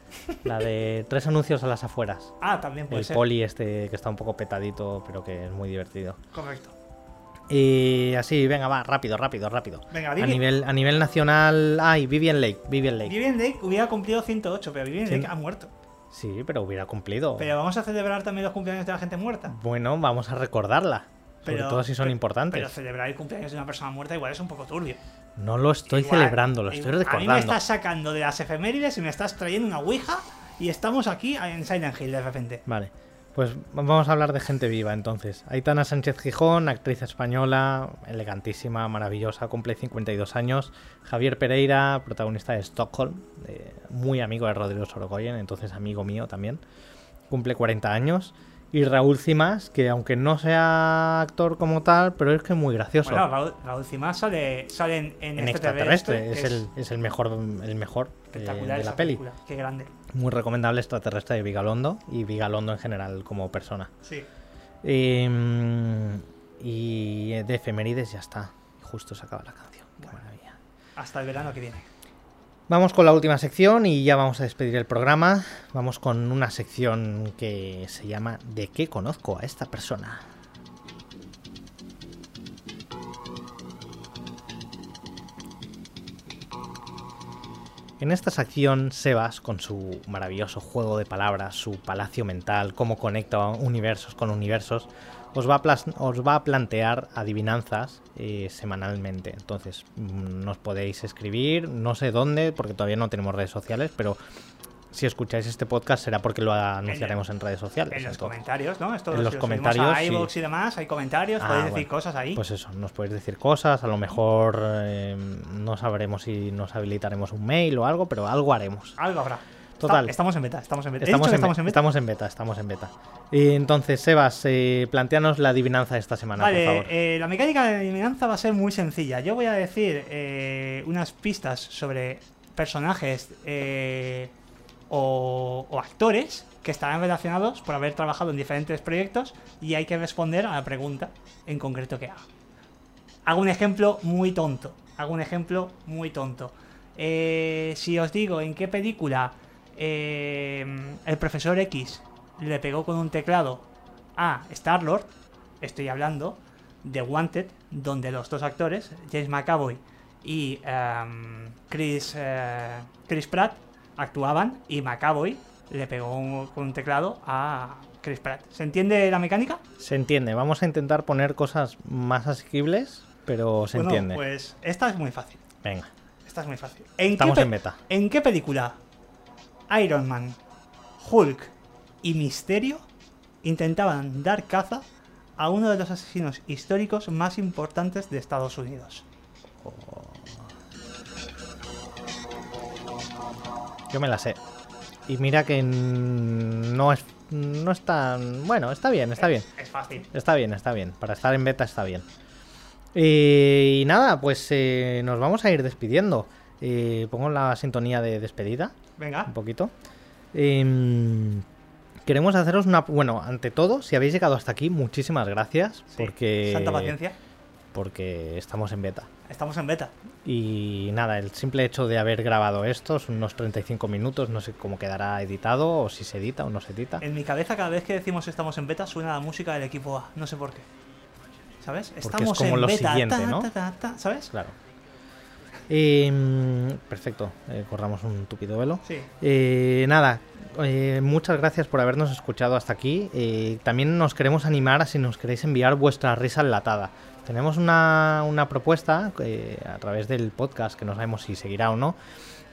[SPEAKER 2] La de tres anuncios a las afueras.
[SPEAKER 1] Ah, también puede
[SPEAKER 2] El
[SPEAKER 1] ser.
[SPEAKER 2] poli este que está un poco petadito, pero que es muy divertido.
[SPEAKER 1] Correcto.
[SPEAKER 2] Y así, venga, va, rápido, rápido, rápido.
[SPEAKER 1] Venga,
[SPEAKER 2] A
[SPEAKER 1] Vivian.
[SPEAKER 2] nivel, a nivel nacional. Ay, Vivian Lake, Vivian Lake.
[SPEAKER 1] Vivian Lake hubiera cumplido 108, pero Vivian
[SPEAKER 2] Cien-
[SPEAKER 1] Lake ha muerto.
[SPEAKER 2] Sí, pero hubiera cumplido.
[SPEAKER 1] Pero vamos a celebrar también los cumpleaños de la gente muerta.
[SPEAKER 2] Bueno, vamos a recordarla. Sobre
[SPEAKER 1] Pero-
[SPEAKER 2] todo si son
[SPEAKER 1] pero-
[SPEAKER 2] importantes.
[SPEAKER 1] Pero celebrar el cumpleaños de una persona muerta igual es un poco turbio.
[SPEAKER 2] no lo estoy
[SPEAKER 1] Igual,
[SPEAKER 2] celebrando, lo estoy
[SPEAKER 1] igual-
[SPEAKER 2] recordando.
[SPEAKER 1] A mí me estás sacando de las efemérides y me estás trayendo una ouija y estamos aquí en Silent Hill de repente.
[SPEAKER 2] Vale. Pues vamos a hablar de gente viva entonces. Aitana Sánchez Gijón, actriz española, elegantísima, maravillosa, cumple 52 años. Javier Pereira, protagonista de Stockholm, eh, muy amigo de Rodrigo Sorogoyen, entonces amigo mío también, cumple 40 años. Y Raúl Cimas, que aunque no sea actor como tal, pero es que es muy gracioso.
[SPEAKER 1] Bueno, este Raúl, Raúl Cimas sale, sale en, en
[SPEAKER 2] en
[SPEAKER 1] extraterrestre,
[SPEAKER 2] extraterrestre, es
[SPEAKER 1] que
[SPEAKER 2] el, es el mejor, el mejor eh,
[SPEAKER 1] espectacular
[SPEAKER 2] de
[SPEAKER 1] esa
[SPEAKER 2] la peli.
[SPEAKER 1] película. Qué grande.
[SPEAKER 2] Muy recomendable extraterrestre de Vigalondo y Vigalondo en general como persona.
[SPEAKER 1] Sí.
[SPEAKER 2] Eh, y de efemérides ya está. Justo se acaba la canción. Qué
[SPEAKER 1] Bueno.
[SPEAKER 2] maravilla.
[SPEAKER 1] Hasta el verano que viene.
[SPEAKER 2] Vamos con la última sección y ya vamos a despedir el programa. Vamos con una sección que se llama ¿De qué conozco a esta persona? En esta sección, Sebas, con su maravilloso juego de palabras, su palacio mental, cómo conecta universos con universos, os va a, plas- os va a plantear adivinanzas eh, semanalmente. Entonces, mm, nos podéis escribir, no sé dónde, porque todavía no tenemos redes sociales, pero si escucháis este podcast será porque lo anunciaremos en, redes sociales.
[SPEAKER 1] En los
[SPEAKER 2] pues entonces.
[SPEAKER 1] comentarios, ¿no? Esto
[SPEAKER 2] en
[SPEAKER 1] lo-
[SPEAKER 2] los
[SPEAKER 1] si lo subimos
[SPEAKER 2] comentarios,
[SPEAKER 1] A
[SPEAKER 2] sí.
[SPEAKER 1] iVoox y demás, hay comentarios,
[SPEAKER 2] Ah,
[SPEAKER 1] podéis
[SPEAKER 2] bueno.
[SPEAKER 1] decir cosas ahí.
[SPEAKER 2] Pues eso, nos puedes decir cosas, a lo mejor eh, no sabremos si nos habilitaremos un mail o algo, pero algo haremos.
[SPEAKER 1] Algo habrá.
[SPEAKER 2] Total.
[SPEAKER 1] Está- estamos en beta, estamos en beta. He
[SPEAKER 2] Estamos
[SPEAKER 1] dicho que
[SPEAKER 2] en, be-
[SPEAKER 1] estamos en beta.
[SPEAKER 2] estamos en beta, estamos en beta. Y entonces, Sebas, eh, planteanos la adivinanza de esta semana, por favor.
[SPEAKER 1] Vale, eh, la mecánica de adivinanza va a ser muy sencilla. Yo voy a decir eh, unas pistas sobre personajes eh, o, o actores que estarán relacionados por haber trabajado en diferentes proyectos y hay que responder a la pregunta en concreto que haga. Hago un ejemplo muy tonto. Hago un ejemplo muy tonto. Eh, si os digo en qué película eh, el profesor X le pegó con un teclado a Star-Lord, estoy hablando de Wanted, donde los dos actores, James McAvoy y em, Chris, eh, Chris Pratt, actuaban y McAvoy le pegó un- con un teclado a Chris Pratt. ¿Se entiende la mecánica?
[SPEAKER 2] Se entiende, vamos a intentar poner cosas más asequibles, pero se
[SPEAKER 1] Bueno,
[SPEAKER 2] entiende.
[SPEAKER 1] Pues esta es muy fácil.
[SPEAKER 2] Venga,
[SPEAKER 1] Esta es muy fácil. ¿En
[SPEAKER 2] Estamos
[SPEAKER 1] qué pe-
[SPEAKER 2] en beta.
[SPEAKER 1] ¿En qué película Iron Man, Hulk y Misterio intentaban dar caza a uno de los asesinos históricos más importantes de Estados Unidos?
[SPEAKER 2] Yo me la sé. Y mira que n- no es, no es tan... Bueno, está bien, está bien.
[SPEAKER 1] Es fácil.
[SPEAKER 2] Está bien, está bien. Para estar en beta está bien. Eh, y nada, pues eh, nos vamos a ir despidiendo. Eh, pongo la sintonía de despedida un
[SPEAKER 1] Venga.
[SPEAKER 2] poquito. Em, queremos haceros una... Bueno, ante todo, si habéis llegado hasta aquí, muchísimas gracias.
[SPEAKER 1] Sí.
[SPEAKER 2] Porque...
[SPEAKER 1] Santa paciencia.
[SPEAKER 2] Porque estamos en beta.
[SPEAKER 1] Estamos en beta.
[SPEAKER 2] Y nada, el simple hecho de haber grabado esto, son unos 35 minutos, no sé cómo quedará editado, o si se edita o no se edita.
[SPEAKER 1] En mi cabeza, cada vez que decimos estamos en beta, suena la música del equipo A. No sé por qué. ¿Sabes?
[SPEAKER 2] es
[SPEAKER 1] estamos
[SPEAKER 2] como
[SPEAKER 1] en
[SPEAKER 2] lo
[SPEAKER 1] beta.
[SPEAKER 2] siguiente,
[SPEAKER 1] ta,
[SPEAKER 2] ¿no?
[SPEAKER 1] ta, ta, ta, ¿Sabes?
[SPEAKER 2] Claro. Em, perfecto, eh, corramos un tupido velo.
[SPEAKER 1] Sí.
[SPEAKER 2] Eh, nada, eh, muchas gracias por habernos escuchado hasta aquí. Eh, también nos queremos animar a si nos queréis enviar vuestra risa enlatada. Tenemos una, una propuesta eh, a través del podcast, que no sabemos si seguirá o no,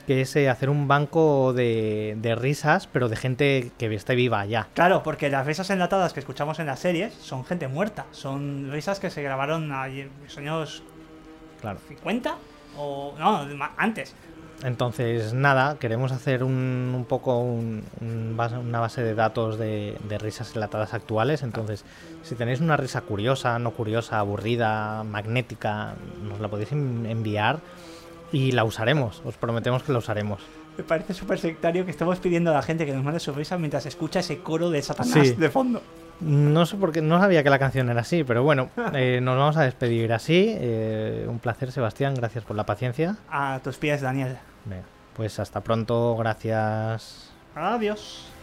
[SPEAKER 2] que es eh, hacer un banco de, de risas, pero de gente que esté viva allá.
[SPEAKER 1] Claro, porque las risas enlatadas que escuchamos en las series son gente muerta. Son risas que se grabaron allí en los años
[SPEAKER 2] Claro.
[SPEAKER 1] 50 o. No, ma- antes.
[SPEAKER 2] Entonces, nada, queremos hacer un, un poco un- un bas- una base de datos de, de risas enlatadas actuales. Entonces, si tenéis una risa curiosa, no curiosa, aburrida, magnética, nos la podéis en- enviar y la usaremos. Os prometemos que la usaremos.
[SPEAKER 1] Me parece súper sectario que estamos pidiendo a la gente que nos mande sus risas mientras escucha ese coro de Satanás
[SPEAKER 2] Sí.
[SPEAKER 1] de fondo.
[SPEAKER 2] No sé por qué, no sabía que la canción era así, pero bueno, eh, nos vamos a despedir así. Eh, un placer, Sebastián, gracias por la paciencia.
[SPEAKER 1] A tus pies, Daniel.
[SPEAKER 2] Venga, pues hasta pronto, gracias.
[SPEAKER 1] Adiós.